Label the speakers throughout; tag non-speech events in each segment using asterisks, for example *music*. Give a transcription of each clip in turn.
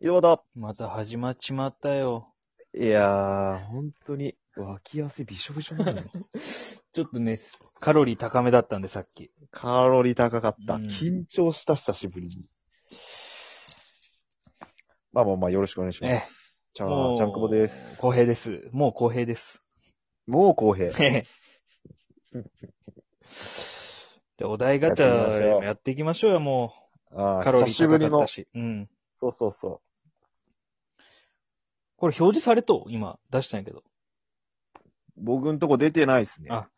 Speaker 1: 井戸端。
Speaker 2: また始まっちまったよ。
Speaker 1: いやー、本当に、脇汗びしょびしょなのよ。
Speaker 2: *laughs* ちょっとね、カロリー高めだったんで、さっき。
Speaker 1: カロリー高かった。
Speaker 2: うん
Speaker 1: 緊張した、久しぶりに。まあまあまあ、よろしくお願いしま
Speaker 2: え
Speaker 1: す。ちゃん、ちゃんくぼです。
Speaker 2: 公平です。もう公平 *laughs* です。
Speaker 1: もう公
Speaker 2: *laughs*
Speaker 1: 平。
Speaker 2: へへで、お題ガチャやっていきましょうよ、も
Speaker 1: あ
Speaker 2: う。
Speaker 1: ー
Speaker 2: カロリ
Speaker 1: 久
Speaker 2: ー
Speaker 1: しぶり
Speaker 2: 高か
Speaker 1: の
Speaker 2: った。し。うん。
Speaker 1: そうそうそ
Speaker 2: これ表示されとう今、出したんやけど。
Speaker 1: う。僕んとこ出てないですね。
Speaker 2: あ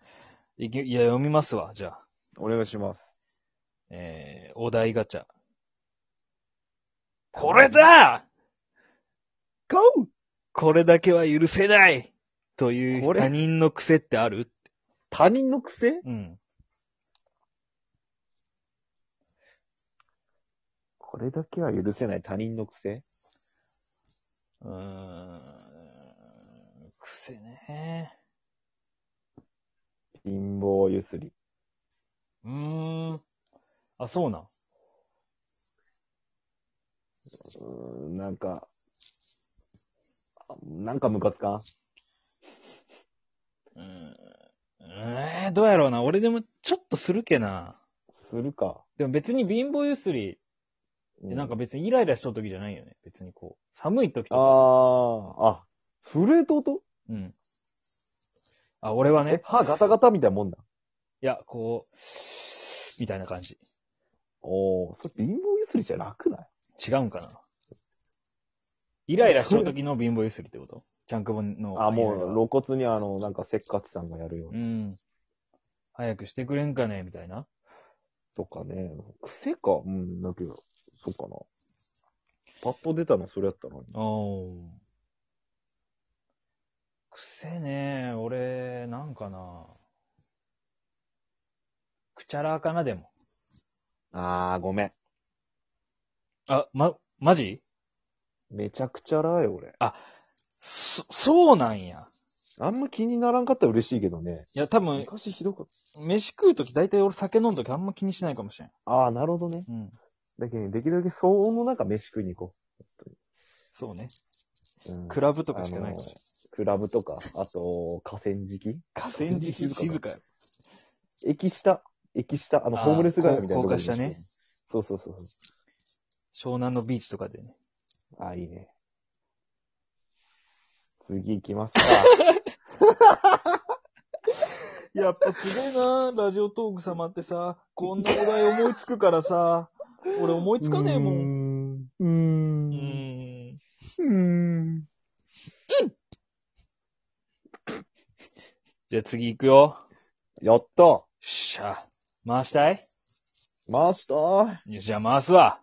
Speaker 2: いきいや、読みますわ、じゃあ。
Speaker 1: お願いします。
Speaker 2: えー、お題ガチャ。これだ
Speaker 1: ゴ
Speaker 2: これだけは許せないとい
Speaker 1: こ
Speaker 2: う
Speaker 1: れ
Speaker 2: 他人の癖ってある
Speaker 1: 他人の癖
Speaker 2: うん。
Speaker 1: これだけは許せない他人の癖
Speaker 2: うーん。癖ね。
Speaker 1: 貧乏ゆすり。
Speaker 2: うーん。あ、そうなん。
Speaker 1: うーん、なんか、あなんかムカつかん
Speaker 2: うーん。えー、どうやろうな。俺でもちょっとするけな。
Speaker 1: するか。
Speaker 2: でも別に貧乏ゆすりってなんか
Speaker 1: う
Speaker 2: 別にイライラしとる時じゃないよね。別にこう。寒い時と
Speaker 1: あ
Speaker 2: か。
Speaker 1: ー、あ、震えと音
Speaker 2: うん。あ、俺は
Speaker 1: え
Speaker 2: ね、。
Speaker 1: 歯ガタガタみたいなもんだ。
Speaker 2: いや、こう、みたいな感じ。
Speaker 1: おー、それ貧乏ゆすりじゃ楽ない
Speaker 2: 違うんかな。イライラしとる時の貧乏ゆすりっ
Speaker 1: *laughs*
Speaker 2: てことちゃんくぼの。
Speaker 1: あ、もう露骨にあの、なんかせっかちさんがやるよう
Speaker 2: う
Speaker 1: に
Speaker 2: ん。早くしてくれんかねみたいな。
Speaker 1: とかね。癖か。うん、だけど、そうかな。パッと出たのそれやったのに。
Speaker 2: おー。癖ね、俺、なんかな。くちゃらかな、でも。
Speaker 1: あー、ごめん。
Speaker 2: あ、ま、マジ
Speaker 1: めちゃくちゃらーよ、俺。
Speaker 2: そ、そうなんや。
Speaker 1: あんま気にならんかったら嬉しいけどね。
Speaker 2: いや、多分、
Speaker 1: 昔ひどかった。
Speaker 2: 飯食うとき、だいたい俺酒飲むときあんま気にしないかもしれん。
Speaker 1: あー、なるほどね。
Speaker 2: うん。
Speaker 1: だけど、できるだけ騒音の中飯食いに行こ
Speaker 2: そうね。
Speaker 1: う。うん
Speaker 2: クラブとかしかないかもしれん。
Speaker 1: クラブとか、あと、河川敷
Speaker 2: 河
Speaker 1: 川敷静かだ
Speaker 2: かよ。
Speaker 1: 駅下。駅下。あの、
Speaker 2: あー
Speaker 1: ホームレス街みたいなとこ
Speaker 2: 高架下ね。
Speaker 1: そうそうそうそ
Speaker 2: 湘南のビーチとかでね。
Speaker 1: う。あー、いいね。次行きますか。
Speaker 2: *laughs* やっぱすげえなラジオトーク様ってさ、こんなお題思いつくからさ、俺思いつかねえもん。
Speaker 1: ん。うー。
Speaker 2: うんん。
Speaker 1: うーん。
Speaker 2: じゃあ次行くよ。
Speaker 1: やった
Speaker 2: っしゃ。回したい
Speaker 1: 回した
Speaker 2: よしじゃあ回すわ。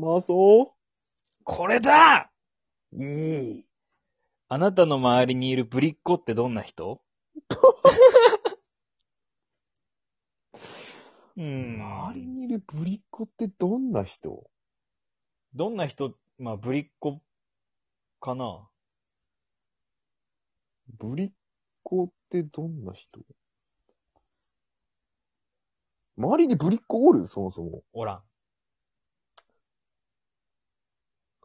Speaker 1: 回そ
Speaker 2: これだ
Speaker 1: ういい。
Speaker 2: あなたの周りにいるぶりっ子ってどんな人 *laughs* うん。
Speaker 1: 周りにいるぶりっ子ってどんな人
Speaker 2: どんな人、まあ、ぶりっ子かな。
Speaker 1: ぶりっ子ってどんな人周りにぶりっ子おるそもそも。
Speaker 2: おらん。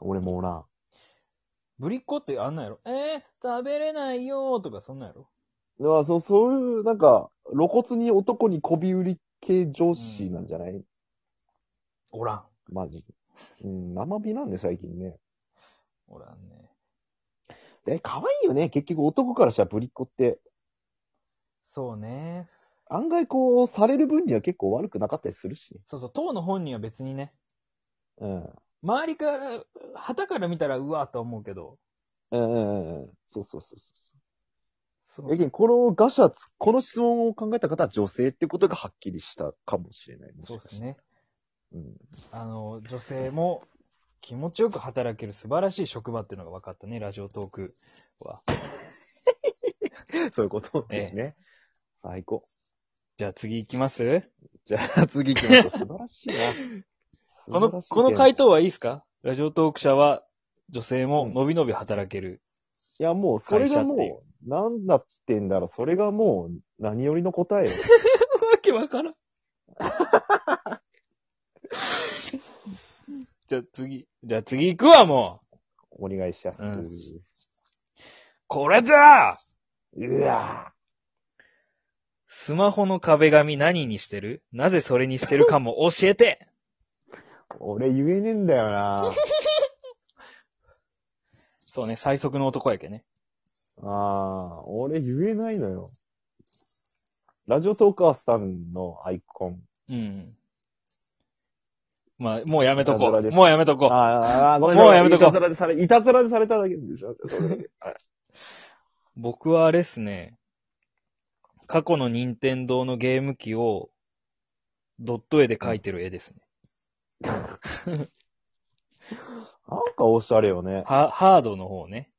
Speaker 1: 俺もおらん。
Speaker 2: ぶりっ子ってあんなんやろえー、食べれないよーとかそんなんやろ
Speaker 1: だからそう、そういう、なんか、露骨に男に媚び売り系女子なんじゃない、
Speaker 2: おらん。
Speaker 1: マジ。うん、生火なんで最近ね。
Speaker 2: おらんね。
Speaker 1: え、可愛いよね。結局男からしたらぶりっ子って。
Speaker 2: そうね。
Speaker 1: 案外こう、される分には結構悪くなかったりするしね。
Speaker 2: そうそう、当の本人は別にね、
Speaker 1: うん。
Speaker 2: 周りから、旗から見たらうわーとは思うけど、
Speaker 1: うんうんうんうん。そうそうそうそう。
Speaker 2: そう
Speaker 1: え、けんこのガシャツ、この質問を考えた方は女性ってことがはっきりしたかもしれない。
Speaker 2: そうです
Speaker 1: ね。
Speaker 2: ね。
Speaker 1: うん。
Speaker 2: あの、女性も気持ちよく働ける素晴らしい職場っていうのが分かったね、ラジオトークは。
Speaker 1: そういうことですね。最高。
Speaker 2: じゃあ次行きます
Speaker 1: じゃあ *laughs* 次行きましょう。素晴らしいな。
Speaker 2: こ
Speaker 1: 素晴ら
Speaker 2: の、
Speaker 1: しい
Speaker 2: この
Speaker 1: 点
Speaker 2: 回答はいいですかラジオトーク社は女性
Speaker 1: う
Speaker 2: も
Speaker 1: ん
Speaker 2: のびのび働ける。
Speaker 1: いや、もう、それが
Speaker 2: 会社ってい
Speaker 1: もう、なんだってんだろう、それがもう、何よりの答
Speaker 2: *laughs*
Speaker 1: えよ。
Speaker 2: わけわからん。じゃあ次。じゃあ次行くわ、もう。
Speaker 1: お願いします。
Speaker 2: これだ
Speaker 1: うわ
Speaker 2: スマホの壁紙何にしてるなぜそれにしてるかも教えて
Speaker 1: ぁ俺言えねえんだよな
Speaker 2: そうね、最速の男やけね。
Speaker 1: あー、俺言えないのよ。ラジオトーカーさんのアイコン。
Speaker 2: うん。まあ、もうやめとこ
Speaker 1: いたずらで
Speaker 2: う。
Speaker 1: す
Speaker 2: もうやめとこう。
Speaker 1: あーあー、ごめん
Speaker 2: もうやめとこう
Speaker 1: いたずらでされ、いたずらでされただけでしょ。それ
Speaker 2: 僕はあれっすね、過去の任天堂のゲーム機をドット絵で描いてる絵ですね。
Speaker 1: なんかおしゃれよね。
Speaker 2: はハードの方ね。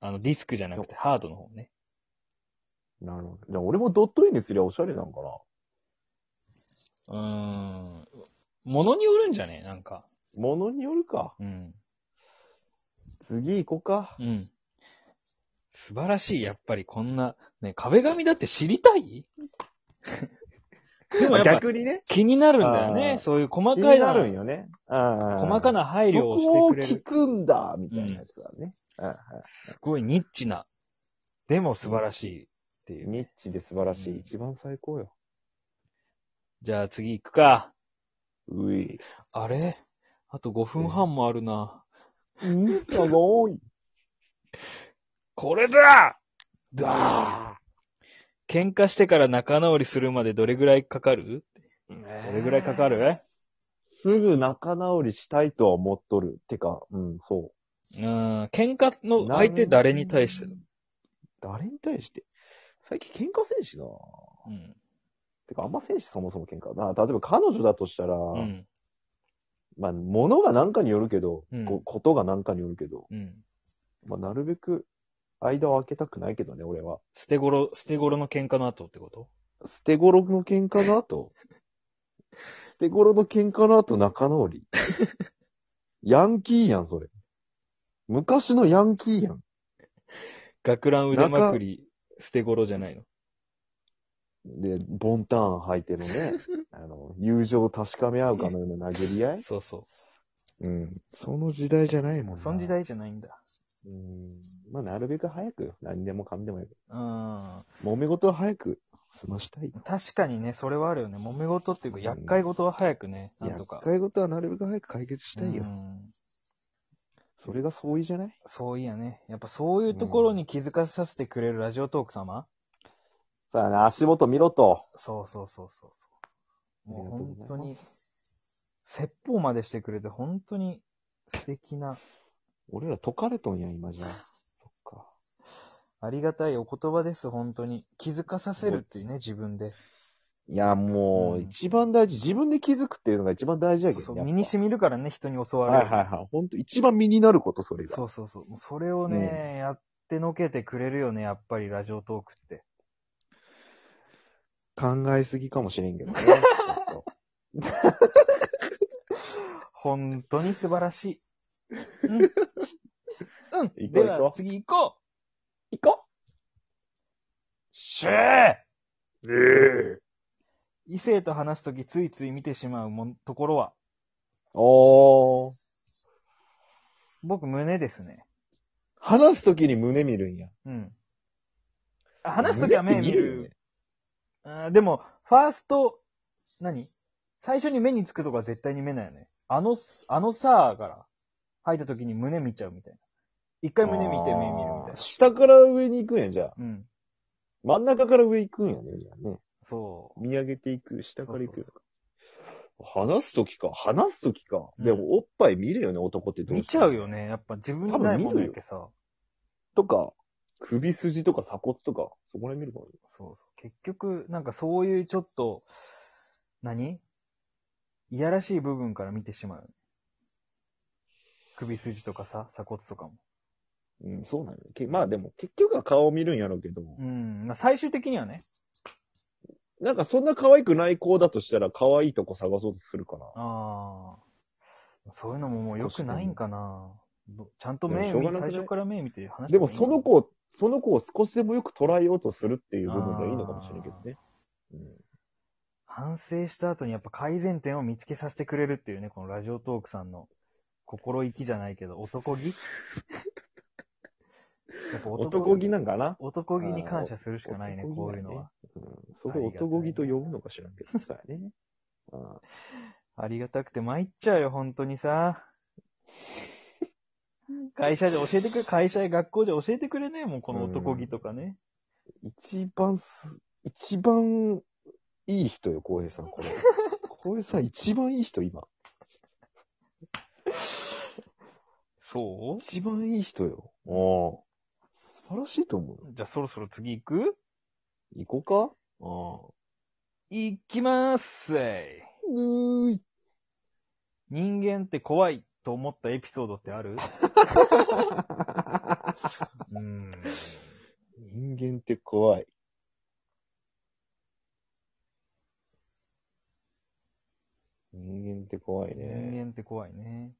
Speaker 2: あの、ディスクじゃなくてハードの方ね。
Speaker 1: なるほど。じゃあ俺もドット絵にすりゃおしゃれなんかな。
Speaker 2: うーん。物によるんじゃねなんか。
Speaker 1: ものによるか。
Speaker 2: うん。
Speaker 1: 次行こうか。
Speaker 2: うん。素晴らしい、やっぱりこんな、ね、壁紙だって知り
Speaker 1: *laughs*
Speaker 2: たいでもやっぱ
Speaker 1: 逆にね。
Speaker 2: 気になるんだよ
Speaker 1: あ
Speaker 2: ね
Speaker 1: ー。
Speaker 2: そういう
Speaker 1: 気
Speaker 2: 細
Speaker 1: に
Speaker 2: かい
Speaker 1: な
Speaker 2: な、
Speaker 1: るんよね。細
Speaker 2: 細か
Speaker 1: な
Speaker 2: な配慮をしてくれる。
Speaker 1: そこを聞くんだみたいなやつだね。うんうん
Speaker 2: すごいニッチな。でも素晴らしいっていう。
Speaker 1: ニッチで素晴らし
Speaker 2: うん
Speaker 1: い。一番最高よ。
Speaker 2: じゃあ次行くか。
Speaker 1: うい。
Speaker 2: あれあと5分半もあるな。
Speaker 1: うん、すごい。
Speaker 2: これだ
Speaker 1: だ
Speaker 2: 喧嘩してから仲直りするまでどれぐらいかかる
Speaker 1: ー
Speaker 2: どれぐらいかかる
Speaker 1: すぐ仲直りしたいとは思っとる。てか、うん、そう。
Speaker 2: うーん。喧嘩の相手誰に対してだ
Speaker 1: 誰に対して最近喧嘩戦士な
Speaker 2: うん。
Speaker 1: てか、あんま戦士そもそも喧嘩。な例えば彼女だとしたら、
Speaker 2: うん。
Speaker 1: まあ、物が何かによるけど、
Speaker 2: うん
Speaker 1: こことが何かによるけど、
Speaker 2: うん。
Speaker 1: まあ、なるべく間を空けたくないけどね、俺は。
Speaker 2: 捨て頃、捨て頃の喧嘩の後ってこと
Speaker 1: 捨て頃の喧嘩の
Speaker 2: *laughs*
Speaker 1: 後、捨て頃の喧嘩の後仲直り。ヤンキーやん、それ。昔のヤンキーやん。
Speaker 2: 学ラン腕まくり、捨て頃じゃないの。
Speaker 1: で、ボンターン履いての
Speaker 2: *laughs*
Speaker 1: ね、あの、友情を確かめ合うかのような殴り合い
Speaker 2: そうそ
Speaker 1: うん。その時代じゃないもん
Speaker 2: う。
Speaker 1: な。
Speaker 2: その時。代じゃないんだ。
Speaker 1: うん。まあ、なるべく早く、何でもかんでもよく。
Speaker 2: うーん。
Speaker 1: 揉め事は早く済ましたい。
Speaker 2: 確かにね、それはあるよね。揉め事っていうか、厄介事は早くね、なんと
Speaker 1: 厄
Speaker 2: か。
Speaker 1: 介事はなるべく早く解決したいよ。
Speaker 2: うん
Speaker 1: それが相違じゃない
Speaker 2: そういやね。やっぱそういうところに気づかさせてくれるラジオトーク様、
Speaker 1: さあね、足元見ろと。
Speaker 2: そうそうそうそうそう。もう本
Speaker 1: あ
Speaker 2: 当
Speaker 1: りがとうございま
Speaker 2: に
Speaker 1: す、
Speaker 2: 説法までしてくれて、本当に素敵な、
Speaker 1: 俺ら解かれとんや、今じゃ。そっか。
Speaker 2: ありがたいお言葉です、本当に。気づかさせるっていうね、自分で。
Speaker 1: いや、もう、
Speaker 2: うん
Speaker 1: 一番大事、自分で気づくっていうのが一番大事
Speaker 2: そ
Speaker 1: や
Speaker 2: う
Speaker 1: けど、ね、
Speaker 2: そう
Speaker 1: やっぱ
Speaker 2: 身に染みるからね、人に教わ
Speaker 1: は
Speaker 2: れ
Speaker 1: い
Speaker 2: る。
Speaker 1: はいはい。本当一番身になること、それが。
Speaker 2: そうそうそう。もうそれをね、やってのけてくれるよね、やっぱりラジオトークって。
Speaker 1: 考えすぎかもしれんけ *laughs* どね。ちょっと
Speaker 2: 本当に素晴らしい。うん。うん。
Speaker 1: 行こう
Speaker 2: で
Speaker 1: 行こ
Speaker 2: は、
Speaker 1: う
Speaker 2: 次行こう。
Speaker 1: 行こ
Speaker 2: シェー
Speaker 1: うええ
Speaker 2: 異性と話すときついつい見てしまうもんところは、
Speaker 1: おー。
Speaker 2: 僕胸ですね。
Speaker 1: 話すときに胸見るんや。
Speaker 2: うん。あ話すときは目見
Speaker 1: 胸って
Speaker 2: る。
Speaker 1: 見るよね
Speaker 2: あーでも、ファースト、何最初に目につくとこは絶対に目だよね。あの、あのさーから入ったときに胸見ちゃうみたいな。一回胸見て目見るみた
Speaker 1: あ
Speaker 2: いな
Speaker 1: ー。下から上に行くんや、じゃあ。
Speaker 2: うん。
Speaker 1: 真ん中から上行くんやね、じゃあね。
Speaker 2: そう。
Speaker 1: 見上げていく、下から行く
Speaker 2: そ。
Speaker 1: 話すときか、話すときか。
Speaker 2: うん
Speaker 1: でも、おっぱい見るよね、男ってどう
Speaker 2: 見
Speaker 1: して
Speaker 2: ち
Speaker 1: も
Speaker 2: ゃうよね。やっぱ自分にないもんだけさ。
Speaker 1: とか、首筋とか鎖骨とか、そこら辺見るかもね。
Speaker 2: そうそう。結局、なんかそういうちょっと、何いやらしい部分から見てしまう。首筋とかさ、鎖骨とかも。
Speaker 1: うん、そうなのよ。けまあでも、結局は顔を見るんやろうけど、
Speaker 2: うん。まあ最終的にはね。
Speaker 1: なんかそんな可愛くない子だとしたら、可愛いとこ探そうとするかな。
Speaker 2: ああ。そういうのももう良くないんかな。どちゃんと目
Speaker 1: でもしょ
Speaker 2: 見
Speaker 1: うが
Speaker 2: て、
Speaker 1: なくない
Speaker 2: 最初から目見て話
Speaker 1: でも、その
Speaker 2: 子
Speaker 1: 子を、その子を少しでもよく捉えようとするっていう部分がいいのかもしれないけどね。
Speaker 2: 反省した後にやっぱ改善点を見つけさせてくれるっていうね、このラジオトークさんの心意気じゃないけど、
Speaker 1: *laughs*
Speaker 2: 男気やっぱ
Speaker 1: 男気なんかな、
Speaker 2: 男気に感謝するしかないね、
Speaker 1: あー
Speaker 2: こういうのは。
Speaker 1: うん、そこ男気と呼ぶのか知らんけ
Speaker 2: *laughs*
Speaker 1: ど、そうやね。あ
Speaker 2: ありがたくて参っちゃうよ、本当に *laughs* さ。会社で教えてくれ、会社や学校じゃ教えてくれねえもん、この男気とかね。
Speaker 1: 一番す、一番いい人よ、浩平さん、
Speaker 2: *laughs*
Speaker 1: これ。浩平さん一番いい人、今。
Speaker 2: そ
Speaker 1: 一番いい人よ。お素晴らしいと思うよ。
Speaker 2: じゃあそろそろ次行く
Speaker 1: 行こう
Speaker 2: 行きまーす
Speaker 1: かああ。ぬーい。
Speaker 2: 人間って怖いと思ったエピソードってあ *laughs* るうーん。
Speaker 1: *laughs* 人間って怖い。人間って怖い
Speaker 2: 人
Speaker 1: ね。
Speaker 2: 間って怖いね。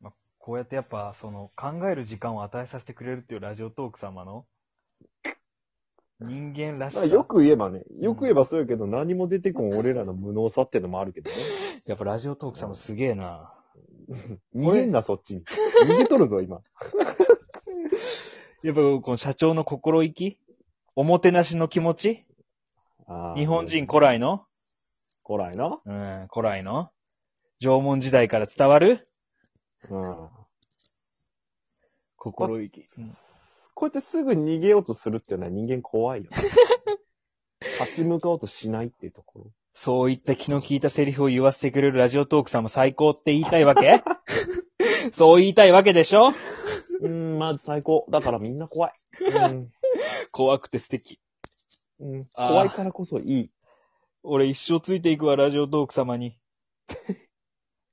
Speaker 2: まあ、こうやってやっぱ、その、考える時間を与えさせてくれるっていうラジオトーク様の、人間らし
Speaker 1: まあ、
Speaker 2: さ。
Speaker 1: よく言えばね、よく言えばそうやけど、何も出てこん俺らの無能さってのもある
Speaker 2: *laughs*
Speaker 1: けどね。
Speaker 2: やっぱラジオトーク様すげえな。
Speaker 1: 逃げんな、そっちに。逃げとるぞ、今。
Speaker 2: やっぱこの社長の心意気おもてなしの気持ち
Speaker 1: あー
Speaker 2: 日本人古来。の
Speaker 1: 古来な。
Speaker 2: うん、古来の縄文時代から伝わる
Speaker 1: うん。
Speaker 2: 心意気。
Speaker 1: こうやってすぐ逃げようとするっていうのは人間怖いよ、ね。立ち向かおうとしないっていうところ。
Speaker 2: そういった気の利いたセリフを言わせてくれるラジオトークさんも最高って言いたいわけそう言いたいわけでしょ
Speaker 1: うーん、まず最高。だからみんな怖い。うん。
Speaker 2: 怖くて素敵。
Speaker 1: うん、
Speaker 2: あー
Speaker 1: 怖いからこそいい。
Speaker 2: 俺一生ついていくわ、ラジオトーク様に。